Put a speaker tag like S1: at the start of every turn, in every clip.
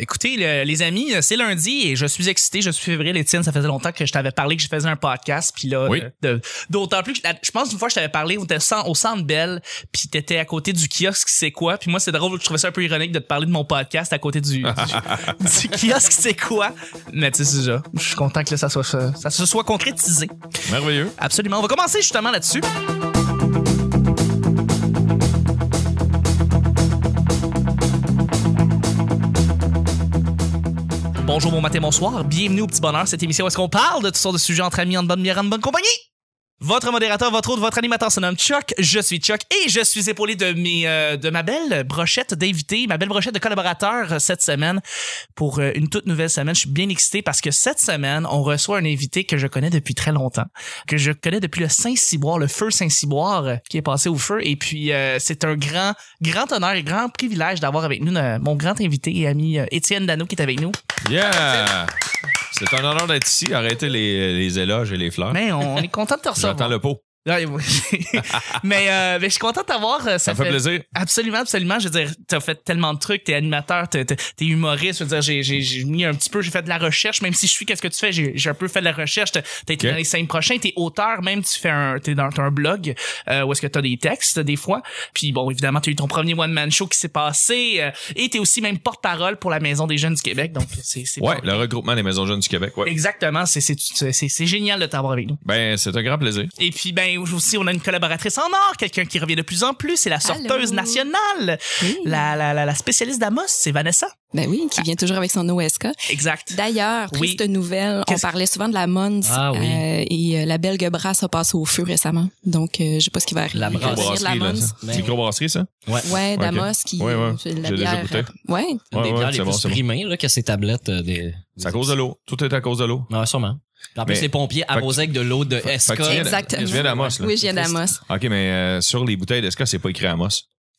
S1: Écoutez, le- les amis, euh, c'est lundi et je suis excité, je suis février. Étienne, ça faisait longtemps que je t'avais parlé que je faisais un podcast. Puis là,
S2: Oui.
S1: euh, de- d'autant plus que la- je pense une fois je t'avais parlé, on était sans- au Centre Bell, puis t'étais à côté du kiosque, c'est quoi. Puis moi, c'est drôle, je trouvais ça un peu ironique de te parler de mon podcast à côté du, du, du kiosque, c'est quoi. Mais tu sais, c'est ça. Je suis content que là, ça, soit, ça, ça se soit concrétisé.
S2: Merveilleux.
S1: Absolument. On va commencer justement là-dessus. Bonjour, bon matin, bonsoir. Bienvenue au Petit Bonheur, cette émission où est-ce qu'on parle de toutes sortes de sujets entre amis, en bonne bière, en bonne compagnie. Votre modérateur, votre hôte, votre animateur se nomme Chuck. Je suis Chuck et je suis épaulé de mes euh, de ma belle brochette d'invités, ma belle brochette de collaborateurs euh, cette semaine pour euh, une toute nouvelle semaine. Je suis bien excité parce que cette semaine, on reçoit un invité que je connais depuis très longtemps, que je connais depuis le Saint-Ciboire, le feu Saint-Ciboire euh, qui est passé au feu. Et puis, euh, c'est un grand, grand honneur et grand privilège d'avoir avec nous euh, mon grand invité et ami euh, Étienne Dano qui est avec nous.
S2: Yeah! C'est un honneur d'être ici. Arrêtez les, les éloges et les fleurs.
S1: Mais on est content de te
S2: J'entends
S1: recevoir.
S2: le pot.
S1: Ouais, oui. mais, euh, mais je suis content de t'avoir. euh,
S2: Ça, me fait, plaisir.
S1: Absolument, absolument. Je veux dire, t'as fait tellement de trucs, t'es animateur, t'es, t'es- t'es humoriste. Je veux dire, j'ai, j'ai, j'ai mis un petit peu, j'ai fait de la recherche, même si je suis, qu'est-ce que tu fais? J'ai, j'ai un peu fait de la recherche. T'as, t'as été
S2: Ok.
S1: dans les cinq prochains, t'es auteur, même tu fais un, t'es dans t'as un blog, euh, où est-ce que t'as des textes, des fois. Puis bon, évidemment, t'as eu ton premier one-man show qui s'est passé, euh, et t'es aussi même porte-parole pour la Maison des Jeunes du Québec. Donc, c'est, c'est
S2: Ouais, le regroupement des maisons jeunes du Québec. Ouais.
S1: Exactement, c'est, c'est, c'est, c'est, c'est génial de t'avoir avec nous.
S2: Ben, c'est un grand plaisir.
S1: Et puis, ben, aussi, on a une collaboratrice en or, quelqu'un qui revient de plus en plus, c'est la sorteuse
S3: Allô.
S1: nationale.
S3: Oui.
S1: La, la, la, la spécialiste d'Amos, c'est Vanessa.
S3: Ben oui,
S4: Ah.
S3: qui vient toujours avec son OSK.
S1: Exact.
S3: D'ailleurs,
S1: Oui.
S3: triste nouvelle, on
S1: Qu'est-ce-
S3: parlait souvent de la Mons
S4: Ah oui.
S3: euh, et euh, la belge brasse a passé au feu récemment. Donc, euh, je sais pas ce qui va arriver.
S4: La
S3: Il va revenir de la
S2: Microbrasserie, là,
S3: Mons.
S2: ça.
S4: Mais-
S2: Microbrasserie, ça?
S3: Ouais, Damas qui
S2: Ouais, ouais.
S3: la
S2: J'ai déjà
S3: bière,
S2: goûté.
S3: euh, Ouais,
S2: Ouais,
S4: des
S2: ouais,
S4: bières
S2: c'est
S4: les
S2: bon,
S4: plus
S2: c'est bon.
S4: primées là, que ces tablettes euh, des.
S2: C'est à cause de l'eau. Tout est à cause de l'eau.
S4: Non, sûrement. En plus,
S2: Mais-
S4: les pompiers arrosaient avec de l'eau de
S2: Fait- fait
S4: SK.
S2: que tu viens de-
S3: Exactement.
S2: Je viens d'Amos, là.
S3: oui, je viens d'Amos.
S2: OK, mais euh, sur les bouteilles d'Esca, c'est pas écrit Amos.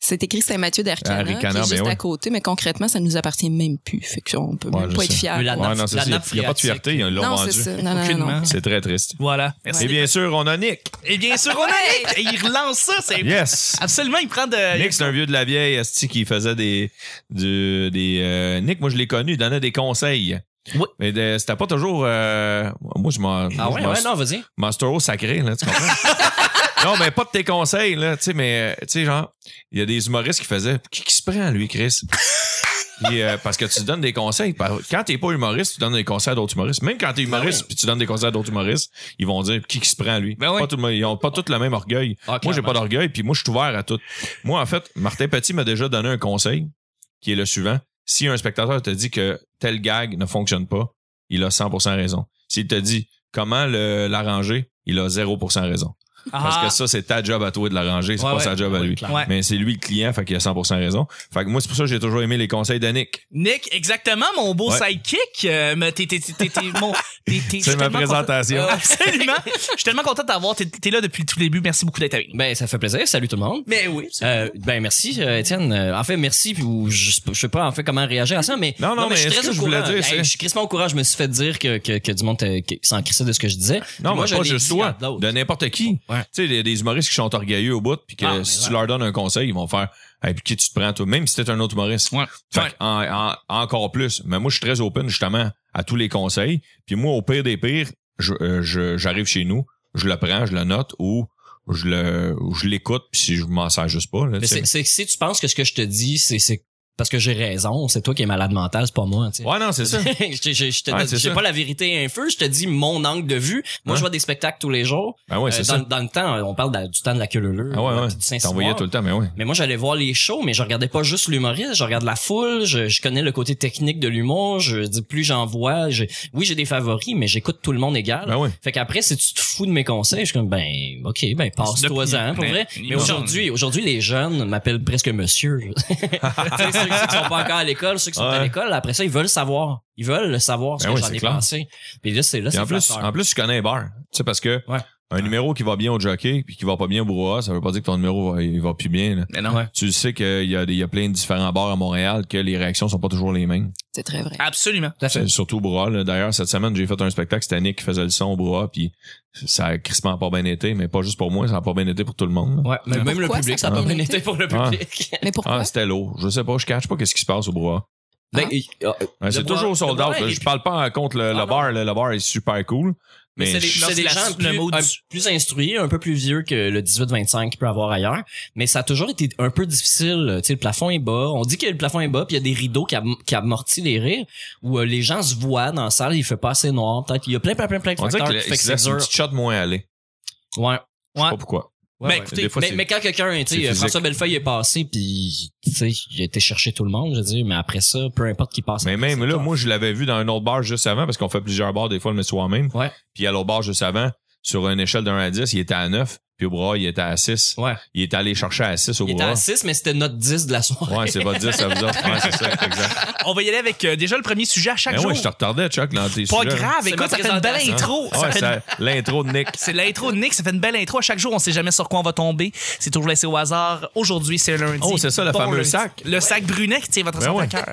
S3: C'est écrit Saint-Mathieu
S2: Ah,
S3: d'Arcana, qui
S2: Ricana,
S3: est juste
S2: ben ouais.
S3: à côté, mais concrètement, ça nous appartient même plus. Fait qu'on peut
S2: Ouais,
S3: même
S2: je
S3: pas
S2: sais.
S3: être fiers.
S4: Mais la-
S2: Ouais, non, c'est
S4: la
S2: ça. Il n'y
S4: nappe
S2: a pas de fierté. Ils l'ont
S3: Non, c'est
S2: vendu.
S3: ça. Non, non, non,
S1: Aucunement.
S3: non.
S2: C'est très triste.
S1: Voilà. Merci.
S2: Et bien sûr, on a Nick.
S1: Et bien sûr, on a Nick. Et il relance ça. C'est...
S2: Yes!
S1: Absolument, il prend de.
S2: Nick, c'est un vieux de la vieille, esti, qui faisait des... du- des euh, Nick, moi, je l'ai connu, il donnait des conseils.
S1: Oui.
S2: Mais de- c'était pas toujours... euh, Moi, je m'en... moi,
S4: Ah ouais,
S2: je m'en-
S4: ouais, non, vas-y.
S2: m'en suis toujours sacré, là, tu comprends? non, mais pas de tes conseils, là, tu sais, mais, euh, tu sais, genre, il y a des humoristes qui faisaient... Qui, qui se prend, lui, Chris? Puis, euh, parce que tu donnes des conseils. Par- Quand t'es pas humoriste, tu donnes des conseils à d'autres humoristes. Même quand t'es
S4: Ben
S2: humoriste, puis tu donnes des conseils à d'autres humoristes, ils vont dire qui, qui se prend lui.
S1: Ben oui.
S2: Pas tout le monde- ils ont pas tous le même orgueil.
S4: Ah,
S2: Moi, j'ai
S4: clairement.
S2: pas d'orgueil, puis moi, je suis ouvert à tout. Moi, en fait, Martin Petit m'a déjà donné un conseil, qui est le suivant. Si un spectateur te dit que tel gag ne fonctionne pas, il a 100% raison. S'il te dit comment le- l'arranger, il a 0% raison. Parce que ça, c'est ta job à toi de l'arranger, c'est
S1: Ouais,
S2: pas
S1: ouais.
S2: sa job à
S4: Ouais,
S2: lui.
S4: clairement.
S1: Ah. Ouais.
S2: Mais c'est lui le client, fait qu'il a 100% raison. Fait que moi, c'est pour ça que j'ai toujours aimé les conseils de Nick.
S1: Nick, exactement, mon beau
S2: Ouais.
S1: sidekick. Euh, mais t'es, t'es, t'es, t'es, t'es- mon, t'es, t'es- je
S2: C'est
S1: suis
S2: ma
S1: tellement content-
S2: présentation.
S1: Euh, absolument. Je suis tellement content de t'avoir. T'es, t'es là depuis tout le début. Merci beaucoup d'être avec nous.
S4: Ben, ça fait plaisir. Salut tout le monde.
S1: Mais oui. c'est-
S4: Euh, ben merci euh, Étienne. Euh, en fait merci puis ou je, je sais pas en fait comment réagir à ça mais
S2: Non, non, mais
S4: je suis
S2: ce
S4: très
S2: que
S4: au
S2: je voulais
S4: courant.
S2: dire,
S4: Hey,
S2: c'est-
S4: je suis crissement au courant, je me suis fait dire que que, que du monde euh, qui s'en crissait de ce que je disais.
S2: Non,
S4: Puis moi,
S2: mais
S4: je
S2: pas
S4: l'ai
S2: juste
S4: dit
S2: toi,
S4: à d'autres.
S2: de n'importe qui.
S4: Ouais.
S2: Tu sais, il y a des humoristes qui sont orgueilleux au bout, puis que
S4: Ah, mais
S2: si
S4: ouais.
S2: tu leur donnes un conseil, ils vont faire hey, puis qui tu te prends toi, même si t'es un autre humoriste.
S1: Ouais.
S2: Fait
S1: Ouais.
S2: que en- en- encore plus. Mais moi, je suis très open justement à tous les conseils. Puis moi, au pire des pires, je- euh, je- j'arrive chez nous, je le prends, je le note ou je le ou je l'écoute, puis si je m'en sers juste pas. Là,
S4: Mais
S2: tu sais.
S4: c'est c'est- si tu penses que ce que je te dis c'est c'est parce que j'ai raison, c'est toi qui es malade mental, c'est pas moi, tu sais.
S2: ouais, non, c'est ça.
S4: je, je, je te
S2: Ouais,
S4: donne-
S2: c'est
S4: j'ai
S2: ça.
S4: pas la vérité un feu, je te dis mon angle de vue. Moi,
S2: Ouais.
S4: je vois des spectacles tous les jours.
S2: Ben ouais,
S4: Euh,
S2: c'est
S4: dans,
S2: ça.
S4: dans le temps, on parle de- du temps de la queue leu
S2: Ah ouais, ouais. T'envoyais tout le temps, mais ouais.
S4: Mais moi, j'allais voir les shows, mais je regardais pas juste l'humoriste, je regarde la foule, je, je connais le côté technique de l'humour, je dis plus j'en vois, je- oui, j'ai des favoris, mais j'écoute tout le monde égal.
S2: Ben ouais.
S4: Fait qu'après, si tu te fous de mes conseils, je suis comme, ben, ok, ben, passe-toi-en, pour
S1: Mais-
S4: vrai.
S1: mais
S4: Mais aujourd'hui, aujourd'hui, les jeunes m'appellent presque monsieur. Tu sais, ceux, ceux qui sont pas encore à l'école, ceux qui sont à
S2: Ouais.
S4: l'école, après ça, ils veulent savoir. Ils veulent le savoir, ce
S2: Ben
S4: que
S2: oui,
S4: j'en
S2: c'est
S4: ai
S2: clair.
S4: pensé. Puis là, c'est, là,
S2: Puis
S4: c'est
S2: en plus,
S4: flatteur.
S2: en plus, tu connais Hébert. Tu sais, parce que
S4: Ouais.
S2: un numéro qui va bien au jockey puis qui va pas bien au brouhaha, ça veut pas dire que ton numéro va, il va plus bien. là.
S1: Mais non.
S4: Ouais.
S2: Tu sais qu'il y, a des- il y a plein de différents bars à Montréal que les réactions sont pas toujours les mêmes.
S3: C'est très vrai.
S1: Absolument.
S2: C'est Surtout au brouhaha. là. D'ailleurs, cette semaine, j'ai fait un spectacle. C'était Nick qui faisait le son au brouhaha puis ça a crispement pas bien été, mais pas juste pour moi, ça a pas bien été pour tout le monde. Ah, là.
S4: Ouais, mais même le
S3: Pourquoi
S4: public,
S3: ça
S4: ça n'a
S3: a
S4: pas
S3: pas
S4: bien
S3: été?
S4: été pour le
S2: Ouais.
S4: public.
S3: Mais pourquoi?
S2: Ah, c'était lourd. Je sais pas, je cache pas qu'est-ce qui se passe au brouhaha.
S4: Ben,
S3: Ah.
S4: il- ah,
S2: Ouais, c'est
S4: le bois-
S2: toujours sold
S4: le
S2: out.
S4: bois,
S2: là.
S4: et
S2: Je
S4: puis-
S2: parle pas en contre le,
S4: Ah
S2: le
S4: non.
S2: bar. là. Le bar est super cool.
S1: Mais
S2: Mais,
S1: c'est des-
S2: je-
S1: Lorsque
S4: c'est des
S1: la-
S4: gens
S1: le
S4: plus,
S1: mode
S4: un-
S1: du-
S4: plus instruits, un peu plus vieux que le 18-25 qu'il peut avoir ailleurs, mais ça a toujours été un peu difficile. Tu sais, le plafond est bas. On dit que le plafond est bas, puis il y a des rideaux qui, am- qui amortissent les rires, où euh, les gens se voient dans la salle, il fait pas assez noir. Peut-être il y a plein, plein, plein, plein de
S2: on dirait
S4: facteurs
S2: que,
S4: qui
S2: le-
S4: fait que
S2: c'est
S4: c'est
S2: une
S4: dur.
S2: petite shot moins allée.
S4: Ouais.
S2: Je sais
S1: Ouais.
S2: pas pourquoi.
S1: Ben,
S4: ouais.
S1: écoutez,
S2: Des fois,
S4: mais,
S2: c'est-
S4: mais quand quelqu'un, tu
S2: c'est
S4: sais, euh,
S2: physique.
S4: François Bellefeuille est passé, puis tu sais, il a été chercher tout le monde, je veux dire, mais après ça, peu importe qui passe.
S2: Mais
S4: après,
S2: même
S4: c'est
S2: là,
S4: tough.
S2: moi, je l'avais vu dans un autre bar juste avant, parce qu'on fait plusieurs bars des fois le soir-même.
S4: Ouais.
S2: Puis à l'autre bar juste avant, sur une échelle de 1 à 10, il était à 9. Puis au bras, il était à 6.
S4: Ouais.
S2: Il était allé chercher à 6 au
S4: Il était
S2: bras.
S4: à 6, mais c'était notre 10 de la soirée.
S2: Ouais, c'est votre 10 à vous autres. Ouais, c'est ça, exact.
S1: On va y aller avec euh, déjà le premier sujet à chaque
S2: Mais
S1: jour.
S2: ouais, Ben je te retardais, Chuck, dans tes
S1: Pas
S2: sujets, là.
S1: grave,
S4: C'est
S1: écoute,
S4: ma
S1: ça fait une belle
S4: présentation.
S1: intro. Ça
S2: Ah Ouais,
S1: fait une-
S2: ça- l'intro de Nick.
S1: C'est l'intro de Nick, ça fait une belle intro à chaque jour, on sait jamais sur quoi on va tomber. C'est toujours laissé au hasard. Aujourd'hui, c'est lundi.
S2: Oh, c'est ça, le fameux sac.
S1: Le sac Brunet qui tient votre
S2: Ben
S1: sac à
S2: ouais.
S1: cœur.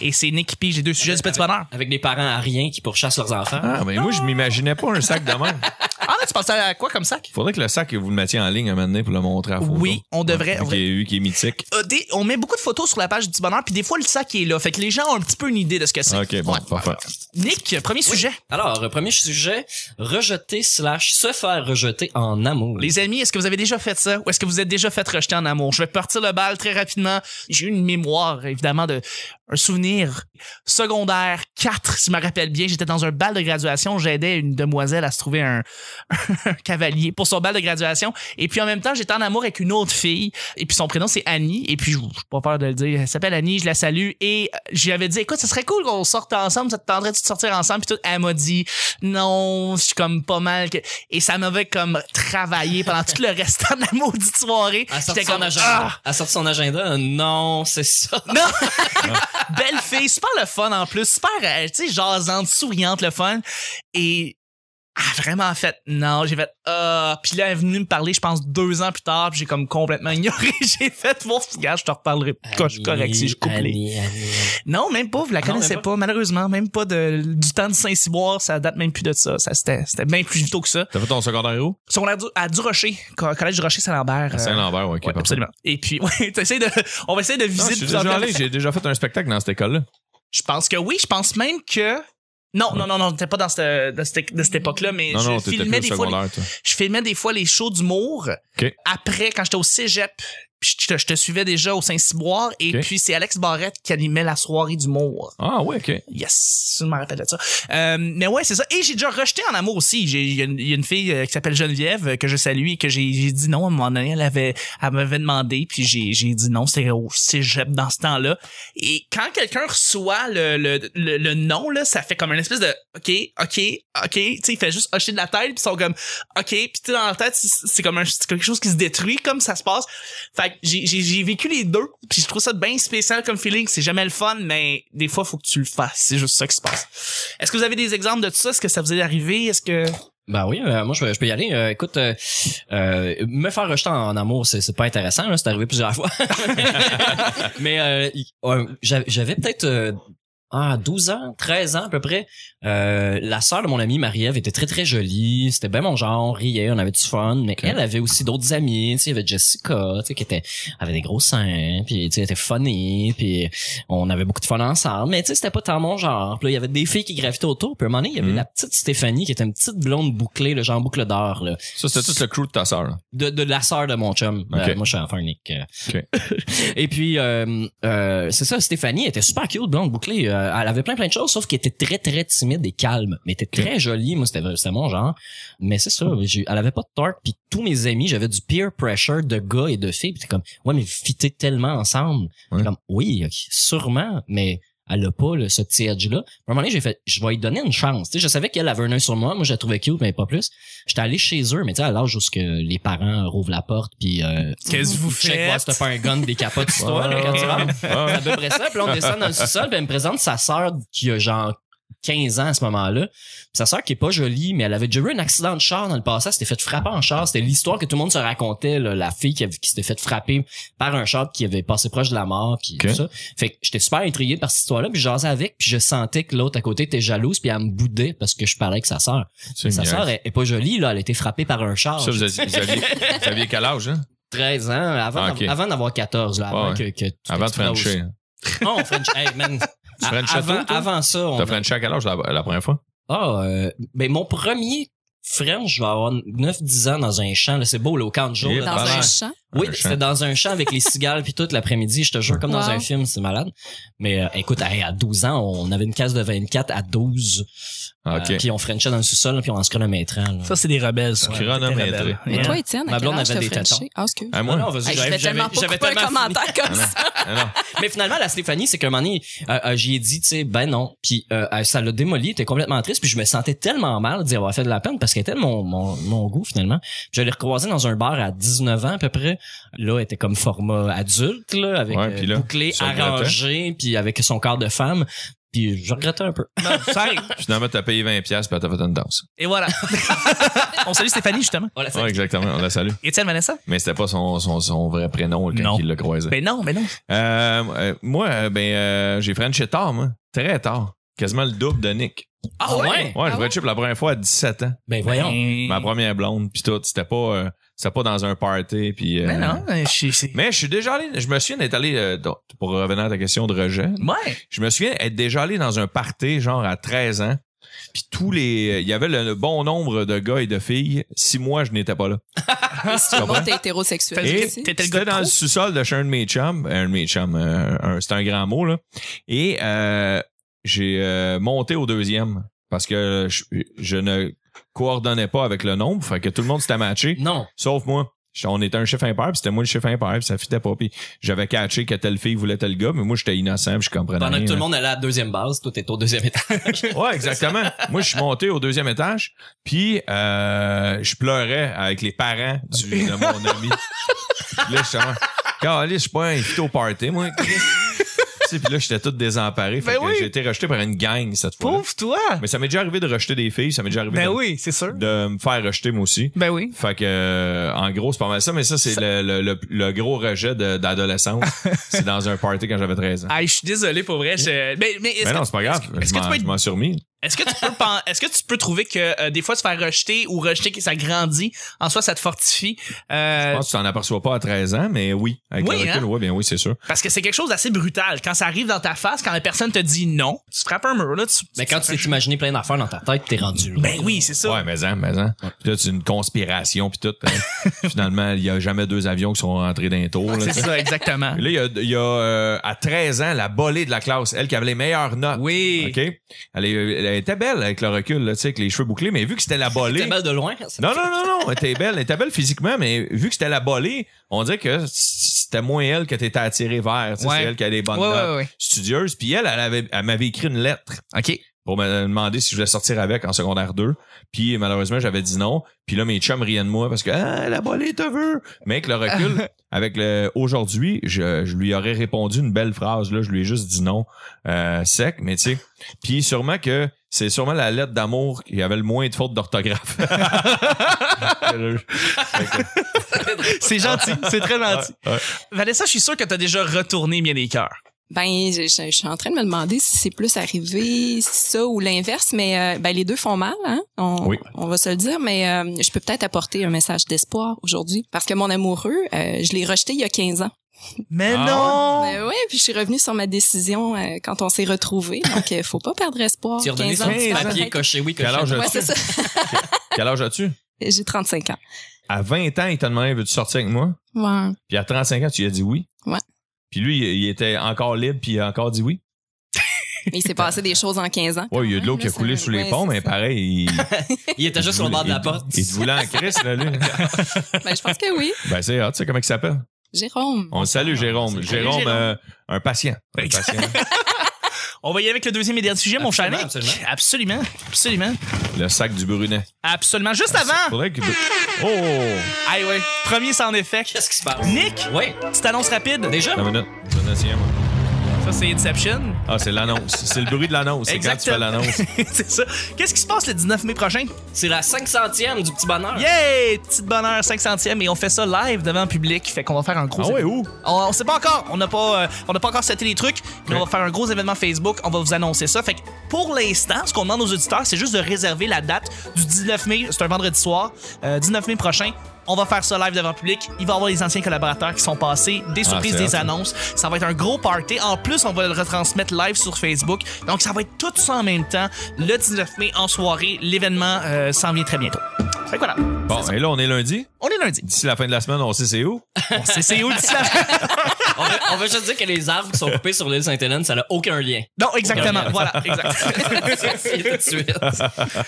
S1: Et c'est Nick qui pige les deux sujets du petit bonheur.
S4: Avec des parents à rien qui pourchassent leurs enfants.
S2: Ah, mais moi, je m'imaginais pas un sac de même.
S1: Ah là, tu pensais à quoi comme sac?
S2: Faudrait que le sac, vous le mettiez en ligne un moment donné pour le montrer à la photo.
S1: Oui, on devrait-
S2: Qui est, lui, qui est mythique.
S1: Euh, des- on met beaucoup de photos sur la page du petit bonheur, puis des fois le sac est là. Fait que les gens ont un petit peu une idée de ce que c'est.
S2: Ok, bon,
S1: Ouais.
S2: parfait.
S1: Nick, premier sujet.
S4: Alors, euh, premier sujet, rejeter slash se faire rejeter en amour.
S1: Les amis, est-ce que vous avez déjà fait ça ou est-ce que vous êtes déjà fait rejeter en amour? Je vais partir le bal très rapidement. J'ai eu une mémoire, évidemment, de un souvenir secondaire 4, si je me rappelle bien. J'étais dans un bal de graduation. J'aidais une demoiselle à se trouver un, un cavalier pour son bal de graduation. Et puis en même temps, j'étais en amour avec une autre fille. Et puis son prénom, c'est Annie. Et puis, je n'ai pas peur de le dire. Elle s'appelle Annie, je la salue. Et euh, j'avais dit, écoute, ça serait cool qu'on sorte ensemble. Ça te tenterait-tu de sortir ensemble? Puis tout, elle m'a dit, non, je suis comme pas mal. que- Et ça m'avait comme travaillé pendant tout le restant de la maudite soirée.
S4: À
S1: J'étais
S4: sortir son
S1: comme,
S4: agenda.
S1: ah!
S4: À sortir son agenda, euh, non, c'est ça.
S1: Non! Belle fille, super le fun en plus, super, euh, tu sais, jasante, souriante, le fun. Et ah, vraiment, en fait, non, j'ai fait, ah. Puis là, elle est venue me parler, je pense, deux ans plus tard, puis j'ai comme complètement ignoré. j'ai fait, bon, gars, je te reparlerai. Quand je suis correct, si je coupe les-
S4: Annie, Annie,
S1: Non, même pas, vous la
S4: Non,
S1: connaissez
S4: même
S1: pas. malheureusement, même pas de, du temps de Saint-Cyboire, ça date même plus de ça. ça c'était, c'était bien plus tôt que ça.
S2: T'as fait ton secondaire où?
S1: Secondaire du, à Durocher, co- Collège du Rocher Saint-Lambert.
S2: À
S1: euh,
S2: Saint-Lambert, ok.
S1: ouais,
S2: parfait.
S1: absolument. Et puis, ouais, t'essayes de, on va essayer de
S2: Non,
S1: viser
S2: je
S1: de
S2: suis
S1: plus en
S2: déjà
S1: plus.
S2: allé, j'ai déjà fait un spectacle dans cette école-là.
S1: Je pense que oui. Je pense même que. Non, non, non, non, j'étais pas dans cette, de cette, de cette époque-là, mais
S2: Non,
S1: je,
S2: non, t'étais plus
S1: filmais
S2: au
S1: des fois les,
S2: secondaire, toi.
S1: je filmais des fois les shows d'humour.
S2: OK.
S1: Après, quand j'étais au cégep, puis je te, je te suivais déjà au Saint-Cyboire, et
S2: OK.
S1: puis c'est Alex Barrette qui animait la soirée d'humour.
S2: Ah, ouais, ok.
S1: Yes, je me rappelle de ça. Euh, mais ouais, c'est ça. Et j'ai déjà rejeté en amour aussi. J'ai- Il y, a une- il y a une fille euh, qui s'appelle Geneviève euh, que je salue et que j'ai j'ai dit non à un moment donné. Elle avait, elle m'avait demandé puis j'ai j'ai dit non. C'était au cégep dans ce temps-là. Et quand quelqu'un reçoit le, le, le, le non là, ça fait comme une espèce de ok, ok, ok. Tu sais, il fait juste hocher de la tête puis ils sont comme ok. Puis tu sais, dans la tête, c'est c'est comme un- c'est quelque chose qui se détruit comme ça se passe. Fait que j'ai- j'ai j'ai vécu les deux, puis je trouve ça bien spécial comme feeling. C'est jamais le fun, mais des fois, faut que tu le fasses. C'est juste ça qui se passe. Est-ce que vous avez des exemples de tout ça? Est-ce que ça vous est arrivé? Est-ce que...
S4: Ben oui, euh, moi je, peux- je peux y aller. Euh, écoute, euh, euh, me faire rejeter en, en amour, c'est, c'est pas intéressant. là, c'est arrivé plusieurs fois. Mais euh, il- euh, j'avais, j'avais peut-être euh, ah, 12 ans, 13 ans à peu près. Euh, la sœur de mon amie Marie-Ève était très très jolie. C'était bien mon genre, on riait, on avait du fun. Mais elle avait aussi d'autres amis. Tu sais, il y avait Jessica, tu sais, qui était avait des gros seins, puis tu sais, elle était funny, puis on avait beaucoup de fun ensemble. Mais tu sais, c'était pas tant mon genre. Puis là, il y avait des filles qui gravitaient autour. Puis à un moment donné, il y avait
S2: Mhm.
S4: la petite Stéphanie qui était une petite blonde bouclée, le genre boucle d'or, là,
S2: Ça, c'était tout le crew de ta sœur. là.
S4: de, de la sœur de mon chum.
S2: Ok.
S4: Euh, moi, je suis enfin unique. euh.
S2: Ok.
S4: Et puis, euh, euh, c'est ça, Stéphanie était super cute, blonde bouclée. Euh, elle avait plein plein de choses, sauf qu'elle était très très timide et calme. Mais était très jolie. Moi, c'était c'était mon genre. Mais c'est ça, j'ai- elle avait pas de tort. Puis tous mes amis, j'avais du peer pressure de gars et de filles. Puis t'es comme, ouais, mais vous fittez tellement ensemble.
S2: Ouais.
S4: Comme, oui, ok, sûrement, mais elle a pas le, ce petit edge-là. À un moment donné, j'ai fait, je vais lui donner une chance. Tu sais, je savais qu'elle avait un œil sur moi. Moi, je la trouvais cute, mais pas plus. J'étais allé chez eux, mais tu sais, à l'âge où ce que les parents rouvent la porte, puis euh,
S1: Qu'est-ce que vous
S4: check
S1: faites?
S4: voir si t'as pas un gun, des capotes, sur toi, là, quand tu rentres.
S2: Ouais,
S4: C'est
S2: ouais.
S4: à peu près ça. Puis là, on descend dans le sous-sol, puis elle me présente sa sœur qui a genre 15 ans à ce moment-là. Puis sa sœur qui est pas jolie, mais elle avait déjà eu un accident de char dans le passé. Elle s'était fait frapper en char. C'était l'histoire que tout le monde se racontait, là, la fille qui, avait- qui s'était fait frapper par un char qui avait passé proche de la mort, puis
S2: Ok.
S4: tout ça. Fait que j'étais super intrigué par cette histoire-là, puis je jasais avec, puis je sentais que l'autre à côté était jalouse, puis elle me boudait parce que je parlais avec sa sœur.
S2: C'est
S4: Sa
S2: une
S4: sœur est, est pas jolie, là. Elle a été frappée par un char.
S2: Ça, vous aviez, vous aviez- vous aviez quel âge, hein?
S4: 13 ans, avant,
S2: Ah, ok.
S4: avant d'avoir 14, là, avant
S2: Ouais,
S4: que, que tu
S2: Avant de
S4: t'exploses.
S2: Frencher. hein.
S4: Non, French. Oh, Hey, man.
S2: Tu ferais une
S4: avant,
S2: château, toi?
S4: avant ça, on
S2: T'as fait une chaque à l'âge la, la première fois?
S4: Ah, euh, ben mon premier French, je vais avoir 9-10 ans dans un champ. là, C'est beau, là, au camp de jour.
S2: Yeah,
S4: là,
S3: Dans
S2: pas
S4: dans
S2: mal.
S3: un
S4: un-
S3: champ.
S4: Oui,
S2: Un champ.
S4: c'était dans un champ avec les cigales puis tout l'après-midi. Je te jure, comme dans
S3: Wow.
S4: un film, c'est malade. Mais euh, écoute, hey, à 12 ans, on avait une case de 24 à 12.
S2: Ah,
S4: euh,
S2: OK.
S4: puis on Frenchait dans le sous-sol, là, puis on en chronométrait. là.
S1: Ça, c'est des rebelles, ça.
S2: Ouais. Chronométré.
S1: T'es rebelle.
S3: Mais
S1: Yeah.
S3: toi, Étienne,
S4: Ma
S3: à quel
S4: blonde
S3: âge
S4: avait
S3: t'as
S4: des
S3: Frenché? Ah, excuse.
S2: Ah, moi?
S4: Non, non, vas-y,
S3: Hey, je
S4: j'avais-
S3: vais
S4: j'avais-
S3: tellement pas
S4: j'avais
S3: couper un
S4: tellement fini.
S3: commentaire
S2: Ah,
S3: comme
S2: non.
S3: ça.
S2: Ah, non.
S4: Mais finalement, la Stéphanie, c'est qu'un moment donné, euh, euh, j'y ai dit, tu sais, ben non. Puis euh, euh, ça l'a démoli, elle était complètement triste. Puis je me sentais tellement mal d'y avoir fait de la peine parce qu'elle était de mon, mon, mon goût, finalement. Puis je l'ai recroisée dans un bar à 19 ans à peu près. Là, elle était comme format adulte, là, avec
S2: Ouais,
S4: euh,
S2: puis là,
S4: bouclé,
S2: tu regrettais?
S4: arrangé, puis avec son corps de femme. Puis je regrettais un peu.
S1: Non, ça arrive.
S2: Finalement, t'as payé 20$ piastres, puis t'as fait une danse.
S1: Et voilà. On salue Stéphanie, justement.
S4: Voilà, c'est-
S2: Ouais, exactement. On la salue.
S1: Étienne Vanessa?
S2: Mais c'était pas son, son, son vrai prénom quand
S1: Non.
S2: il l'a croisé.
S1: Ben non, ben non.
S2: Euh, euh, moi, euh, ben, euh, j'ai Frenché tard, moi. Très tard. Quasiment le double de Nick.
S4: Ah ouais?
S2: Ouais, j'ai Frenché pour la première fois à 17 ans.
S4: Ben voyons.
S1: Eh.
S2: Ma première blonde, puis tout. C'était pas, euh, c'était pas dans un party, puis... euh,
S1: Ben non, je suis- c'est-
S2: Mais je suis déjà allé... Je me souviens d'être allé... euh, donc, pour revenir à ta question de rejet,
S1: Ouais.
S2: je me souviens être déjà allé dans un party, genre à 13 ans. Puis tous les... Il y avait le, le bon nombre de gars et de filles. Si moi, je n'étais pas là.
S3: Mais si tout le monde est hétérosexuel.
S1: Parce que
S3: tu
S2: Et
S3: sais.
S1: Eh, t'étais le gars de
S2: c'était dans
S1: trop.
S2: le sous-sol de chez un de mes chums. Un de mes chums, euh, un- c'est un grand mot, là. Et euh, j'ai euh, monté au deuxième parce que je, je ne coordonnais pas avec le nombre. Fait que tout le monde s'était matché,
S4: Non.
S2: sauf moi. Je- On était un chiffre impair, puis c'était moi le chiffre impair, puis ça fitait pas. Puis j'avais catché que telle fille voulait tel gars, mais moi j'étais innocent, puis je comprenais
S4: Pendant
S2: rien,
S4: que tout
S2: là.
S4: le monde allait à la deuxième base, toi t'es au deuxième étage.
S2: Ouais, exactement. Moi, je suis monté au deuxième étage, puis euh, je pleurais avec les parents du, de mon ami. là, je suis Calais, je suis pas invité au party, moi. Chris. Tu sais, puis là, j'étais tout désemparé. Fait
S1: Ben
S2: que
S1: oui.
S2: j'ai été rejeté par une gang cette fois.
S1: Pauvre toi.
S2: Mais ça m'est déjà arrivé de rejeter des filles, ça m'est déjà arrivé
S1: Ben
S2: de,
S1: oui, c'est sûr.
S2: de me faire rejeter moi aussi.
S1: Ben oui.
S2: Fait que, euh, en gros, c'est pas mal ça, mais ça, c'est le, le, le, le gros rejet de- d'adolescence. c'est dans un party quand j'avais 13 ans.
S1: Ah, je suis désolé pour vrai. je- Mais, mais est-ce
S2: Mais
S1: que,
S2: Mm. Ben non, c'est pas grave.
S1: est-ce
S2: Je
S1: que tu
S2: m'en-
S1: peux être-
S2: je m'en suis remis.
S1: est-ce que tu peux pen- est-ce que tu peux trouver que euh, des fois se faire rejeter ou rejeter que ça grandit en soi ça te fortifie
S2: Je
S1: euh,
S2: pense que tu t'en aperçois pas à 13 ans, mais oui. Avec
S1: Oui,
S2: le recul,
S1: hein?
S2: oui, bien oui, c'est sûr.
S1: parce que c'est quelque chose d'assez brutal quand ça arrive dans ta face quand la personne te dit non tu frappes un mur là tu
S4: Mais quand tu t'es imaginé plein d'affaires dans ta tête, t'es rendu là.
S1: ben oui c'est ça
S2: Ouais, mais en, mais en. Puis là, c'est une conspiration, puis tout. Puis Finalement, il y a jamais deux avions qui sont rentrés d'un tour. Là,
S1: c'est
S2: t'sais.
S1: ça exactement
S2: Puis là, il y a, il y a, euh, à 13 ans, la bolée de la classe, elle qui avait les meilleures notes.
S1: oui
S2: OK? Elle, est- elle était belle avec le recul, là, tu sais, avec les cheveux bouclés, mais vu que c'était la
S4: T'es
S2: bolée.
S4: mal de loin. ça-
S2: Non, non, non, non, elle était belle. Elle était belle physiquement, mais vu que c'était la bolée, on dirait que c'était moins elle que t'étais attiré vers. tu sais,
S1: Ouais.
S2: C'est elle qui a des bonnes
S1: ouais
S2: notes.
S1: ouais ouais
S2: Studieuse. Puis elle, elle, avait- elle m'avait écrit une lettre.
S1: ok
S2: pour me demander si je voulais sortir avec en secondaire 2. Puis malheureusement, j'avais dit non. Puis là, mes chums riaient de moi parce que ah, la bolée te veut. Mais avec le recul, avec le aujourd'hui, je, je lui aurais répondu une belle phrase. Là, je lui ai juste dit non euh, sec, mais tu sais. Puis sûrement que c'est sûrement la lettre d'amour qui avait le moins de fautes d'orthographe.
S1: c'est gentil c'est très gentil
S2: Ouais, ouais.
S1: Vanessa je suis sûr que t'as déjà retourné bien des cœurs
S3: Ben, je, je- je suis en train de me demander si c'est plus arrivé ça ou l'inverse, mais euh, ben, les deux font mal, hein? On,
S2: Oui.
S3: on va se le dire, mais euh, je peux peut-être apporter un message d'espoir aujourd'hui. Parce que mon amoureux, euh, je l'ai rejeté il y a 15 ans.
S1: mais
S2: Ah
S1: non
S3: Ben ouais, puis je suis revenue sur ma décision euh, quand on s'est retrouvés, donc euh, faut pas perdre espoir.
S4: Tu as redonné
S3: 15
S4: son
S3: ans,
S4: petit
S3: tu perds
S4: papier
S3: peut-être-
S4: coché, oui,
S2: Quel
S4: coché.
S2: âge
S3: Ouais,
S2: as-tu?
S3: c'est ça.
S2: Quel âge as-tu?
S3: J'ai 35 ans.
S2: À 20 ans, il t'a demandé veux-tu sortir avec moi?
S3: Ouais.
S2: Puis à 35 ans, tu lui as dit oui.
S3: Ouais.
S2: Puis lui, il il était encore libre, puis il a encore dit oui.
S3: Mais il s'est passé des choses en 15 ans.
S2: Ouais, il y a de l'eau qui a coulé sous les ponts, mais pareil, il,
S4: Il était juste sur le bord de la
S2: il-
S4: porte.
S2: il te voulait en crise, là, lui.
S3: Ben, je pense que oui.
S2: Ben, c'est hot, tu sais comment il s'appelle?
S3: Jérôme.
S2: On le salue, Jérôme.
S1: Salut,
S2: Jérôme,
S1: Jérôme.
S2: euh, un patient. Un
S1: Exact.
S2: patient.
S1: on va y aller avec le deuxième et dernier sujet mon cher
S4: Absolument,
S1: Nick. absolument absolument
S2: Le sac du Brunet.
S1: absolument juste
S2: Ah,
S1: avant
S2: Faudrait qu'il- Oh!
S1: ah ouais premier sans effet
S4: Qu'est-ce qui se passe?
S1: Nick
S4: Ouais,
S1: petite annonce rapide
S4: déjà.
S2: La minute. Je vais en essayer, moi.
S1: ça c'est Inception
S2: Ah, c'est l'annonce. C'est le bruit de l'annonce. C'est quand tu fais
S1: Exactement.
S2: l'annonce.
S1: c'est ça. Qu'est-ce qui se passe le 19 mai prochain?
S4: C'est la 500e du petit bonheur.
S1: Yay! Petite bonheur, 500e, et on fait ça live devant le public. Fait qu'on va faire un gros.
S2: Ah ouais,
S1: événement.
S2: où?
S1: On, on sait pas encore. On n'a pas, euh, on n'a pas encore seté les trucs, mais on va faire un gros événement Facebook. On va vous annoncer ça. Fait que pour l'instant, ce qu'on demande aux auditeurs, c'est juste de réserver la date du 19 mai. C'est un vendredi soir. euh, 19 mai prochain. on va faire ça live devant le public. Il va y avoir les anciens collaborateurs qui sont passés, des surprises,
S2: Ah, c'est
S1: des
S2: hot, ça.
S1: annonces. Ça va être un gros party. En plus, on va le retransmettre live sur Facebook. Donc, ça va être tout ça en même temps. Le 19 mai, en soirée, l'événement euh, s'en vient très bientôt. Fait que voilà.
S2: Bon, et là, on est lundi.
S1: On est lundi.
S2: D'ici la fin de la semaine, on sait c'est où.
S1: On sait c'est où d'ici la-
S4: On va, on va juste dire que les arbres qui sont coupés sur l'île Sainte-Hélène, ça n'a aucun lien.
S1: Non, exactement. Voilà, exact.
S4: C'est tout de suite.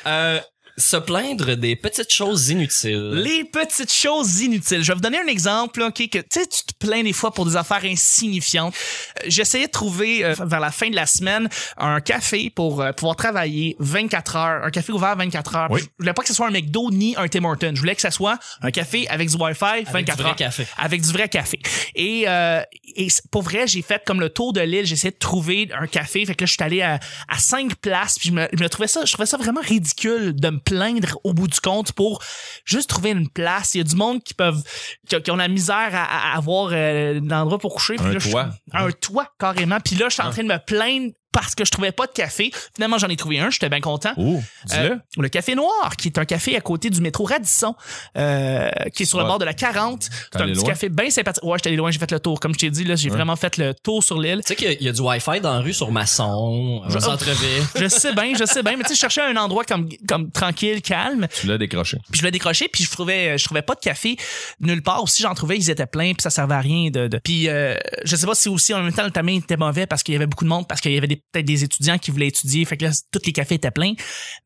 S4: Euh, se plaindre des petites choses inutiles.
S1: Les petites choses inutiles. Je vais vous donner un exemple, là, OK, que tu sais, tu te plains des fois pour des affaires insignifiantes. Euh, J'essayais de trouver euh, vers la fin de la semaine un café pour euh, pouvoir travailler 24 heures, un café ouvert 24 heures.
S2: Oui.
S1: Je voulais pas que ce soit un McDo ni un Tim Hortons. Je voulais que ce soit un café avec du Wi-Fi 24
S4: Avec du vrai
S1: heures.
S4: café.
S1: Avec du vrai café. Et, euh, et c- pour vrai, j'ai fait comme le tour de l'île, j'ai essayé de trouver un café. Fait que là, je suis allé à, à cinq places, puis je me, je me trouvais ça, je trouvais ça vraiment ridicule de me plaindre au bout du compte pour juste trouver une place. Il y a du monde qui peuvent, qui, qui ont la misère à, à avoir euh, un endroit pour coucher. puis
S2: Un
S1: là, je-
S2: toit. Ah.
S1: un toit, carrément. Puis là, je suis en train de me plaindre parce que je trouvais pas de café. Finalement, j'en ai trouvé un, j'étais bien content.
S2: Oh, dis-le.
S1: Euh, le Café Noir, qui est un café à côté du métro Radisson, euh, qui est sur le
S2: Ouais.
S1: bord de la 40. C'est un
S2: allé
S1: petit
S2: loin?
S1: café bien sympathique. Ouais, j'étais allé loin, j'ai fait le tour. Comme je t'ai dit, là, j'ai vraiment fait le tour sur l'île.
S4: Tu sais qu'il y a- il y, a du Wi-Fi dans la rue sur Masson, euh, au centre-ville.
S1: Je sais bien, je sais bien, mais tu sais, je cherchais un endroit comme, comme tranquille, calme.
S2: tu l'as décroché.
S1: Puis je l'ai décroché, puis je trouvais, je trouvais pas de café nulle part. Aussi, j'en trouvais, ils étaient pleins, puis ça servait à rien de. de- Puis euh, je sais pas si aussi en même temps le tamin était mauvais parce qu'il y avait beaucoup de monde, parce qu'il y avait des- peut-être des étudiants qui voulaient étudier, fait que là tous les cafés étaient pleins.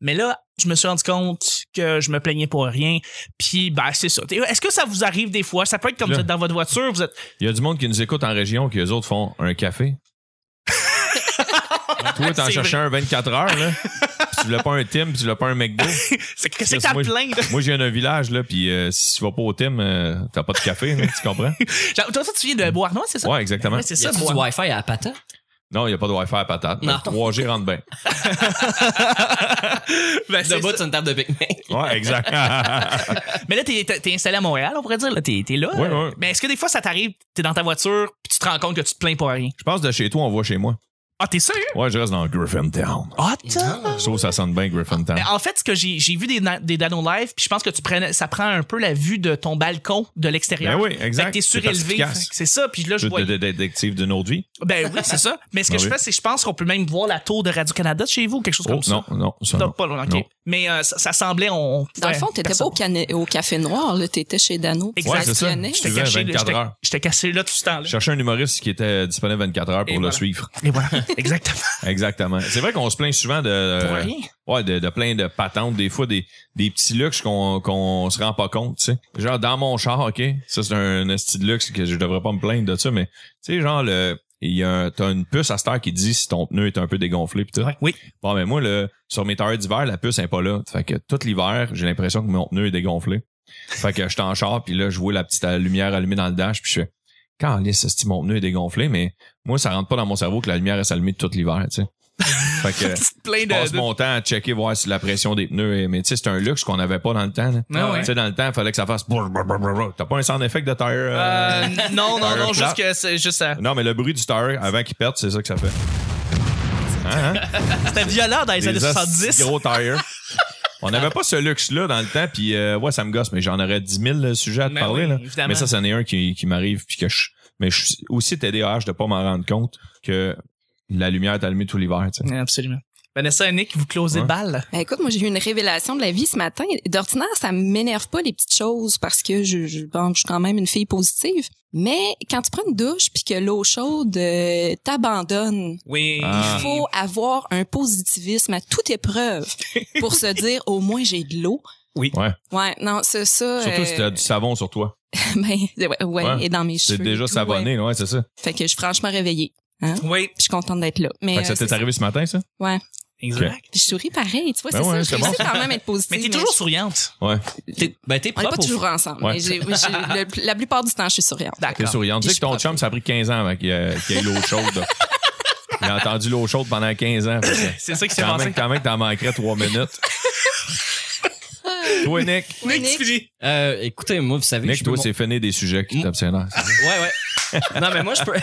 S1: Mais là, je me suis rendu compte que je me plaignais pour rien. Puis ben c'est ça. Et Est-ce que ça vous arrive des fois Ça peut être comme
S2: Là.
S1: vous êtes dans votre voiture, vous êtes.
S2: Il y a du monde qui nous écoute en région qui eux autres font un café. Toi, t'en
S1: C'est
S2: cherchais un 24 heures, là. Puis tu voulais pas un Tim, puis tu voulais pas un McDo.
S1: C'est que c'est que t'as
S2: Moi, je-
S1: plein. là?
S2: Moi, je viens d'un village, là, puis euh, si tu vas pas au Tim, euh, t'as pas de café, là, tu comprends?
S1: Genre, Toi, toi, tu viens de Bois-Noir, c'est ça
S2: Ouais, exactement.
S1: Ouais, c'est
S4: Y a
S1: ça.
S4: du
S1: Bois-
S4: Wi-Fi à la patate?
S2: Non, il n'y a pas de Wi-Fi à patate.
S4: Non.
S2: Le 3G rentre bien.
S1: Ben, c'est
S4: Debout,
S1: ça.
S4: c'est une table de pique-nique.
S2: Ouais, exact.
S1: Mais là, t'es, t'es- t'es installé à Montréal, on pourrait dire. Là, t'es, t'es là.
S2: Ouais, ouais.
S1: Mais est-ce que des fois, ça t'arrive, t'es dans ta voiture, puis tu te rends compte que tu te plains pour rien?
S2: je pense de chez toi, on voit chez moi.
S1: Ah, t'es sérieux?
S2: Ouais, je reste dans Griffintown.
S1: Ah, t'as-
S2: Ça, ça sonne bien, Griffintown.
S1: Mais en fait, ce que j'ai, j'ai vu des, na- des Dano Live, puis je pense que tu prenais, ça prend un peu la vue de ton balcon de l'extérieur.
S2: Ben oui,
S1: Fait
S2: exact.
S1: que t'es
S2: C'est
S1: surélevé.
S2: perspicace.
S1: Fait que C'est ça, puis là, je
S2: Tout
S1: vois.
S2: de de- détective d'une autre vie.
S1: Ben oui, c'est ça. Mais ce que
S2: Ah
S1: je
S2: oui.
S1: fais, c'est que je pense qu'on peut même voir la tour de Radio-Canada de chez vous, quelque chose
S2: Oh,
S1: comme ça.
S2: non, non, ça,
S1: Non,
S2: non.
S1: pas loin, ok.
S2: Non.
S1: Mais euh, ça, ça semblait. On,
S3: Dans le fond,
S1: ouais,
S3: t'étais pas
S1: personne.
S3: au, cana- au café noir, là. T'étais chez Dano. puis
S1: Ouais,
S3: tu
S2: c'est ça.
S3: sillonnais.
S2: Je
S1: J'étais
S2: Souvent,
S1: caché, là,
S2: 24
S1: j'étais-
S2: heures.
S1: j'étais caché là tout ce temps-là.
S2: Chercher un humoriste qui était disponible 24 heures pour
S1: Et
S2: le
S1: voilà.
S2: suivre.
S1: Et voilà, exactement.
S2: Exactement. C'est vrai qu'on se plaint souvent de.
S1: Pour rien.
S2: Ouais, de, de plein de patentes, des fois des, des petits luxes qu'on qu'on se rend pas compte, tu sais. Genre dans mon char, OK, ça c'est un esti de luxe que je devrais pas me plaindre de ça, mais tu sais genre le il y a un- t'as une puce à cette heure qui dit si ton pneu est un peu dégonflé pis tout.
S1: Oui.
S2: Bon mais moi le sur mes tailleurs d'hiver, la puce n'est pas là. Fait que tout l'hiver, j'ai l'impression que mon pneu est dégonflé. Fait que j'étais en char puis là je vois la petite euh, lumière allumée dans le dash puis je fais quand ce mon pneu est dégonflé mais moi ça rentre pas dans mon cerveau que la lumière est allumée tout l'hiver, tu sais. fait que
S1: Plein
S2: je passe
S1: de. de-
S2: mon temps à checker voir si la pression des pneus est mais tu sais c'est un luxe qu'on n'avait pas dans le temps là.
S1: Ah ouais.
S2: tu sais dans le temps il fallait que ça fasse brr, brr, brr, brr, brr. t'as pas un sound effect de tire euh,
S1: Euh, non, non, non,
S2: Tire
S1: juste
S2: flap.
S1: que c'est juste euh, ça.
S2: non mais le bruit du tire avant qu'il perde c'est ça que ça fait hein, hein?
S1: C'était violent dans les années
S2: Des hosties
S1: 70.
S2: gros tire on n'avait pas ce luxe là dans le temps puis euh, ouais ça me gosse mais j'en aurais 10 000 le sujets à te
S1: Ben
S2: parler
S1: oui,
S2: là
S1: évidemment.
S2: mais ça c'en est un qui, qui m'arrive puis que je mais je suis aussi TDAH de pas m'en rendre compte que la lumière est allumée tout l'hiver tu sais.
S1: Absolument. Vanessa et Nick, vous closez
S2: Ouais.
S1: le bal.
S3: Ben, écoute, moi, j'ai eu une révélation de la vie ce matin. D'ordinaire, ça m'énerve pas les petites choses parce que je, je, bon, je suis quand même une fille positive. Mais quand tu prends une douche puis que l'eau chaude euh, t'abandonne,
S1: Oui.
S2: Ah.
S3: il faut avoir un positivisme à toute épreuve pour se dire au moins j'ai de l'eau.
S1: Oui.
S2: Ouais.
S3: Ouais, non, c'est ça.
S2: surtout si
S3: euh,
S2: t'as du savon sur toi
S3: ben, ouais, ouais,
S2: Ouais.
S3: et dans mes cheveux.
S2: c'est
S3: et
S2: déjà
S3: tout, ouais.
S2: savonné ouais c'est ça
S3: Fait que je suis franchement réveillée.
S1: Oui,
S3: Puis Je suis contente d'être là. Mais
S2: Fait que ça
S3: euh, c'est
S2: t'est
S3: ça.
S2: arrivé ce matin, ça?
S1: exact.
S3: Puis je souris pareil, tu vois,
S2: Ben
S3: c'est
S2: ouais,
S3: ça.
S2: c'est
S3: Je
S2: bon.
S3: réussis quand même à être positive.
S1: Mais t'es toujours souriante.
S2: Ouais.
S4: T'es- Ben, t'es
S3: On n'est
S4: propre.
S3: pas
S4: au-
S3: toujours ensemble.
S2: Ouais.
S3: mais j'ai- j'ai- le- la plupart du temps, je suis souriante.
S2: T'es
S1: D'accord.
S2: souriant. Tu sais
S3: Je
S2: que ton
S3: suis
S2: chum, ça a pris 15 ans avant qu'il euh, qu'il ait l'eau chaude. Il a entendu l'eau chaude pendant 15 ans. Fait que
S1: C'est ça qui s'est
S2: Quand même,
S1: passé.
S2: quand même, t'en manquerais 3 minutes. toi, Nick.
S3: Ouais,
S1: Nick,
S3: Nick.
S1: tu dis-
S4: Euh, écoutez, moi, vous savez, que
S2: Nick,
S4: je peux
S2: toi,
S4: mon-
S2: c'est fini des sujets qui Ah,
S4: Mm.
S2: t'obsèdent.
S4: Ouais, ouais. non, mais moi, je peux,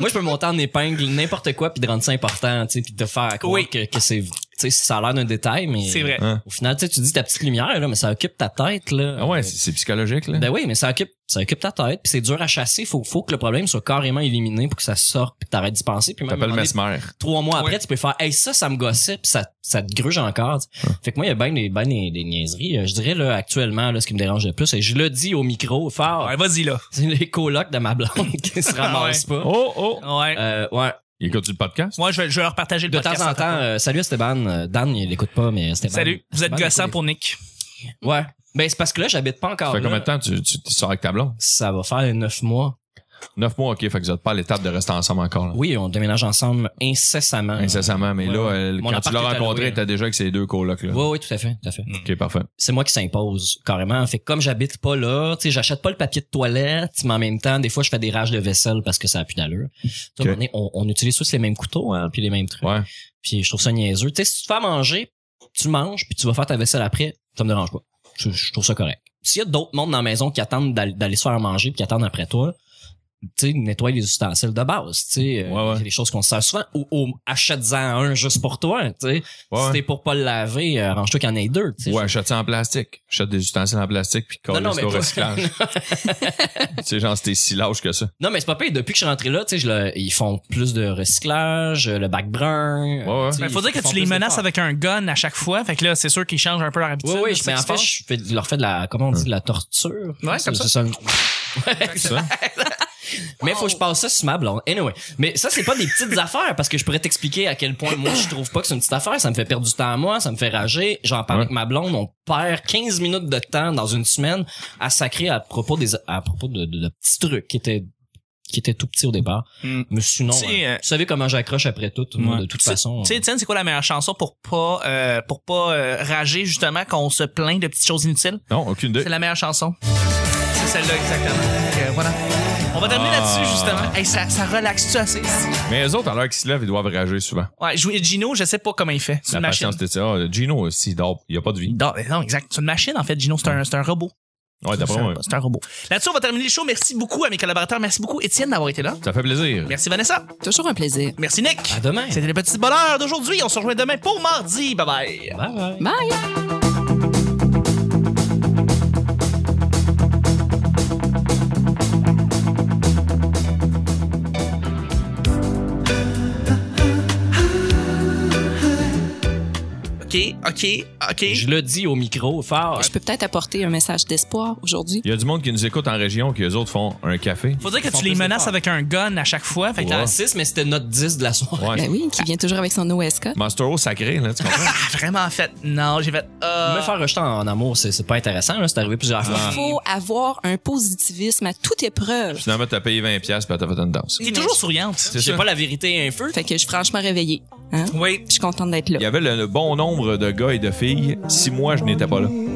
S4: moi, je peux monter en épingle n'importe quoi puis de rendre ça important, tu sais, puis de faire croire
S1: Oui.
S4: que, que c'est, tu sais, ça a l'air d'un détail, mais
S1: C'est vrai.
S2: Hein?
S4: au final, tu sais, tu dis ta petite lumière, là, mais ça occupe ta tête. Là.
S2: Ah ouais, c'est- c'est psychologique, là.
S4: Ben oui, mais ça occupe, ça occupe ta tête, puis c'est dur à chasser. Faut, faut que le problème soit carrément éliminé pour que ça sorte, puis que t'arrêtes d'y penser. Puis même, à un
S2: T'appelles
S4: moment donné,
S2: Mesmer.
S4: trois mois
S1: Ouais.
S4: après, tu peux faire, hey, ça, ça me gossait, puis ça, ça te gruge encore. tu sais.
S2: Hein.
S4: Fait que moi, il y a bien des, ben des, des niaiseries. Euh, Je dirais, là, actuellement, là, ce qui me dérange le plus, et je le dis au micro fort,
S1: Ouais, vas-y là.
S4: c'est les colocs de ma blonde qui se ramassent pas.
S2: Oh, oh!
S1: Ouais.
S4: Euh, ouais.
S2: Il écoute le podcast?
S1: Moi, je vais, je vais repartager le
S4: De
S1: podcast
S4: temps en temps, euh, salut Esteban. Euh, Dan, il l'écoute pas, mais Esteban.
S1: Salut, vous êtes
S4: Esteban,
S1: gossant
S4: écoute-
S1: pour Nick.
S4: Ouais. Ben, c'est parce que là, j'habite pas
S2: Ça
S4: encore.
S2: fait
S4: là.
S2: combien de temps tu, tu, tu sors avec ta blonde?
S4: Ça va faire neuf mois.
S2: Neuf mois, OK. Fait que vous êtes pas à l'étape de rester ensemble encore, là.
S4: Oui, on déménage ensemble incessamment.
S2: Incessamment. Mais
S4: Ouais,
S2: là,
S4: ouais.
S2: elle-
S4: Mon
S2: quand tu
S4: appart
S2: l'as
S4: est à
S2: rencontré,
S4: louer.
S2: elle était déjà avec ses deux colocs, là.
S4: Oui, oui, tout à fait, tout à fait.
S2: OK, parfait.
S4: C'est moi qui s'impose carrément. Fait que comme j'habite pas là, tu sais, j'achète pas le papier de toilette, mais en même temps, des fois, je fais des rages de vaisselle parce que ça a plus d'allure. Tu sais, à un
S2: Ok.
S4: moment donné, On, on utilise tous les mêmes couteaux, hein, puis les mêmes trucs.
S2: Ouais.
S4: Puis je trouve ça niaiseux. Tu sais, si tu te fais à manger, tu manges, puis tu vas faire ta vaisselle après, ça me dérange pas. Je, je trouve ça correct. S'il y a d'autres mondes dans la maison qui attendent d'aller d'aller se faire manger puis qui attendent après toi, tu sais, nettoie les ustensiles de base. Tu sais, euh,
S2: Ouais, ouais.
S4: c'est des choses qu'on se sert souvent. Ou, ou achète-en un juste pour toi. Tu sais,
S2: Ouais,
S4: si
S2: ouais.
S4: t'es pour pas le laver, euh, arrange-toi qu'il y en ait deux. tu sais.
S2: Ouais, achète ça en plastique. Achète des ustensiles en plastique puis colle
S4: non,
S2: ça
S4: mais
S2: au
S4: toi-
S2: recyclage. tu sais, genre, c'était si lâche que ça.
S4: Non, mais c'est pas pire. Depuis que je suis rentré là, tu sais, je le- ils font plus de recyclage, euh, le bac brun. euh,
S2: Ouais, ouais.
S4: tu
S1: Il
S4: sais,
S1: Ben, faut
S4: ils
S1: dire que
S4: font
S1: tu les
S4: plus
S1: menaces
S4: d'efforts.
S1: avec un gun à chaque fois. Fait que là, c'est sûr qu'ils changent un peu leur habitude.
S4: Oui, oui,
S1: c'est
S4: mais
S1: ça
S4: en fait,
S1: qui se
S4: je fais, je leur fais de la, comment on dit, de la torture.
S1: Ouais,
S4: C'est-
S1: comme ça.
S4: c'est le-
S2: ça.
S4: Mais faut que je passe ça sur ma blonde. Anyway. Mais ça, c'est pas des petites affaires parce que je pourrais t'expliquer à quel point moi, je trouve pas que c'est une petite affaire. Ça me fait perdre du temps à moi, ça me fait rager. J'en parle
S2: Ouais.
S4: avec ma blonde. On perd 15 minutes de temps dans une semaine à sacrer à propos des, à propos de, de- de petits trucs qui étaient, qui étaient tout petits au départ.
S1: Mm.
S4: Mais sinon,
S1: Tu sais,
S4: euh,
S1: euh,
S4: vous savez comment j'accroche après tout, moi,
S1: Ouais.
S4: de toute
S1: Tu sais-
S4: façon.
S1: Tu sais, Étienne, c'est quoi la meilleure chanson pour pas euh, pour pas euh, rager justement quand on se plaint de petites choses inutiles?
S2: Non, aucune idée.
S1: C'est la meilleure chanson. C'est celle-là exactement. Fait que, voilà. On va terminer
S2: Ah.
S1: là-dessus justement. Hey, ça, ça relaxe-tu assez?
S2: Mais eux autres, à l'heure qu'ils se lèvent, ils doivent rager souvent.
S1: Ouais, jouer Gino, je sais pas comment il fait. C'est
S2: La
S1: une machine.
S2: patience de ça. Ah, Gino, euh, s'il dort, il n'y a pas de vie.
S1: Non, mais non, exact. C'est une machine en fait. Gino, c'est un, c'est un robot.
S2: Ouais,
S1: C'est
S2: d'après
S1: un,
S2: moi.
S1: c'est un robot. Là-dessus, on va terminer le show. Merci beaucoup à mes collaborateurs. Merci beaucoup, Étienne, d'avoir été là.
S2: Ça fait plaisir.
S1: Merci, Vanessa.
S3: Toujours un plaisir.
S1: Merci, Nick.
S4: À demain.
S1: C'était le petit bonheur d'aujourd'hui. On se rejoint demain pour mardi. Bye bye.
S4: Bye bye.
S3: Bye!
S1: OK, OK, OK.
S4: Je le dis au micro fort.
S3: Je peux peut-être apporter un message d'espoir aujourd'hui.
S2: Il y a du monde qui nous écoute en région qui eux autres font un café.
S1: Faut dire que
S4: Ils font
S1: tu les
S4: plus
S1: menaces
S4: d'efforts.
S1: avec un gun à chaque fois. Fait que
S4: J'étais
S1: là,
S4: à 6, mais c'était notre 10 de la soirée.
S2: Ouais.
S3: Ben oui, qui vient toujours avec son OSK.
S2: Master Hall sacré, là, tu comprends?
S1: ah, vraiment fait. Non, j'ai fait. euh,
S4: Me faire rejeter en amour, c'est c'est pas intéressant. là. C'est arrivé plusieurs fois.
S2: Ah.
S3: Il faut avoir un positivisme à toute épreuve.
S2: Finalement, t'as payé 20$ piastres pis t'as fait une danse.
S1: T'es toujours souriante.
S2: C'est
S4: J'ai
S2: ça.
S4: pas la vérité un feu.
S3: Fait que je suis franchement réveillée. Hein?
S1: Oui.
S3: Je suis contente d'être là.
S2: Il y avait le, le bon nombre de gars et de filles si moi je n'étais pas là.